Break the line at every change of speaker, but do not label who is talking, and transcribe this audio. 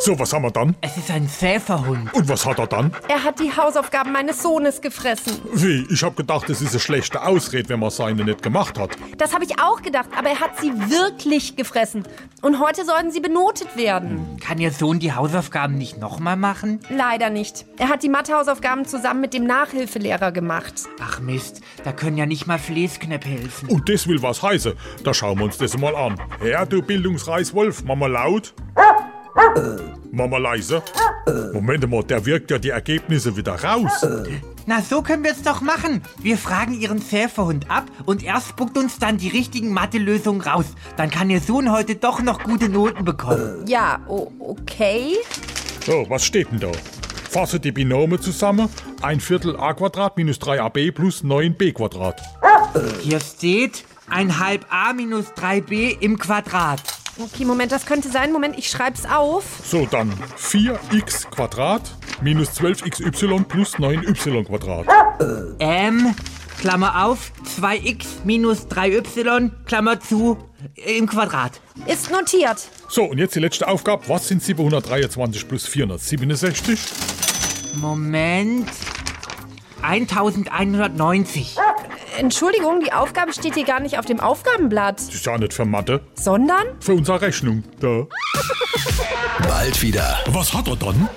So, was haben wir dann?
Es ist ein Schäferhund.
Und was hat er dann?
Er hat die Hausaufgaben meines Sohnes gefressen.
Wie, ich hab gedacht, es ist eine schlechte Ausrede, wenn man seine nicht gemacht hat.
Das habe ich auch gedacht, aber er hat sie wirklich gefressen. Und heute sollten sie benotet werden.
Kann Ihr Sohn die Hausaufgaben nicht nochmal machen?
Leider nicht. Er hat die Mathehausaufgaben zusammen mit dem Nachhilfelehrer gemacht.
Ach Mist, da können ja nicht mal Fleesknäpp helfen.
Und das will was heißen. Da schauen wir uns das mal an. Herr, du Bildungsreißwolf, Mama laut. Mama leise. Moment mal, der wirkt ja die Ergebnisse wieder raus.
Na, so können wir es doch machen. Wir fragen Ihren Schäferhund ab und er spuckt uns dann die richtigen Mathelösungen raus. Dann kann Ihr Sohn heute doch noch gute Noten bekommen.
Ja, o- okay.
So, was steht denn da? Fasse die Binome zusammen. Ein Viertel a Quadrat minus 3ab plus 9b Quadrat.
Hier steht ein halb a minus 3b im Quadrat.
Okay, Moment, das könnte sein. Moment, ich schreib's auf.
So, dann 4x Quadrat minus 12xy plus 9y Quadrat.
Ähm, Klammer auf, 2x minus 3y, Klammer zu, im Quadrat.
Ist notiert.
So, und jetzt die letzte Aufgabe. Was sind 723 plus 467?
Moment. 1190.
Entschuldigung, die Aufgabe steht hier gar nicht auf dem Aufgabenblatt,
Das ist ja nicht für Mathe.
sondern
Für unsere Rechnung. Da.
Bald wieder.
Was hat er dann?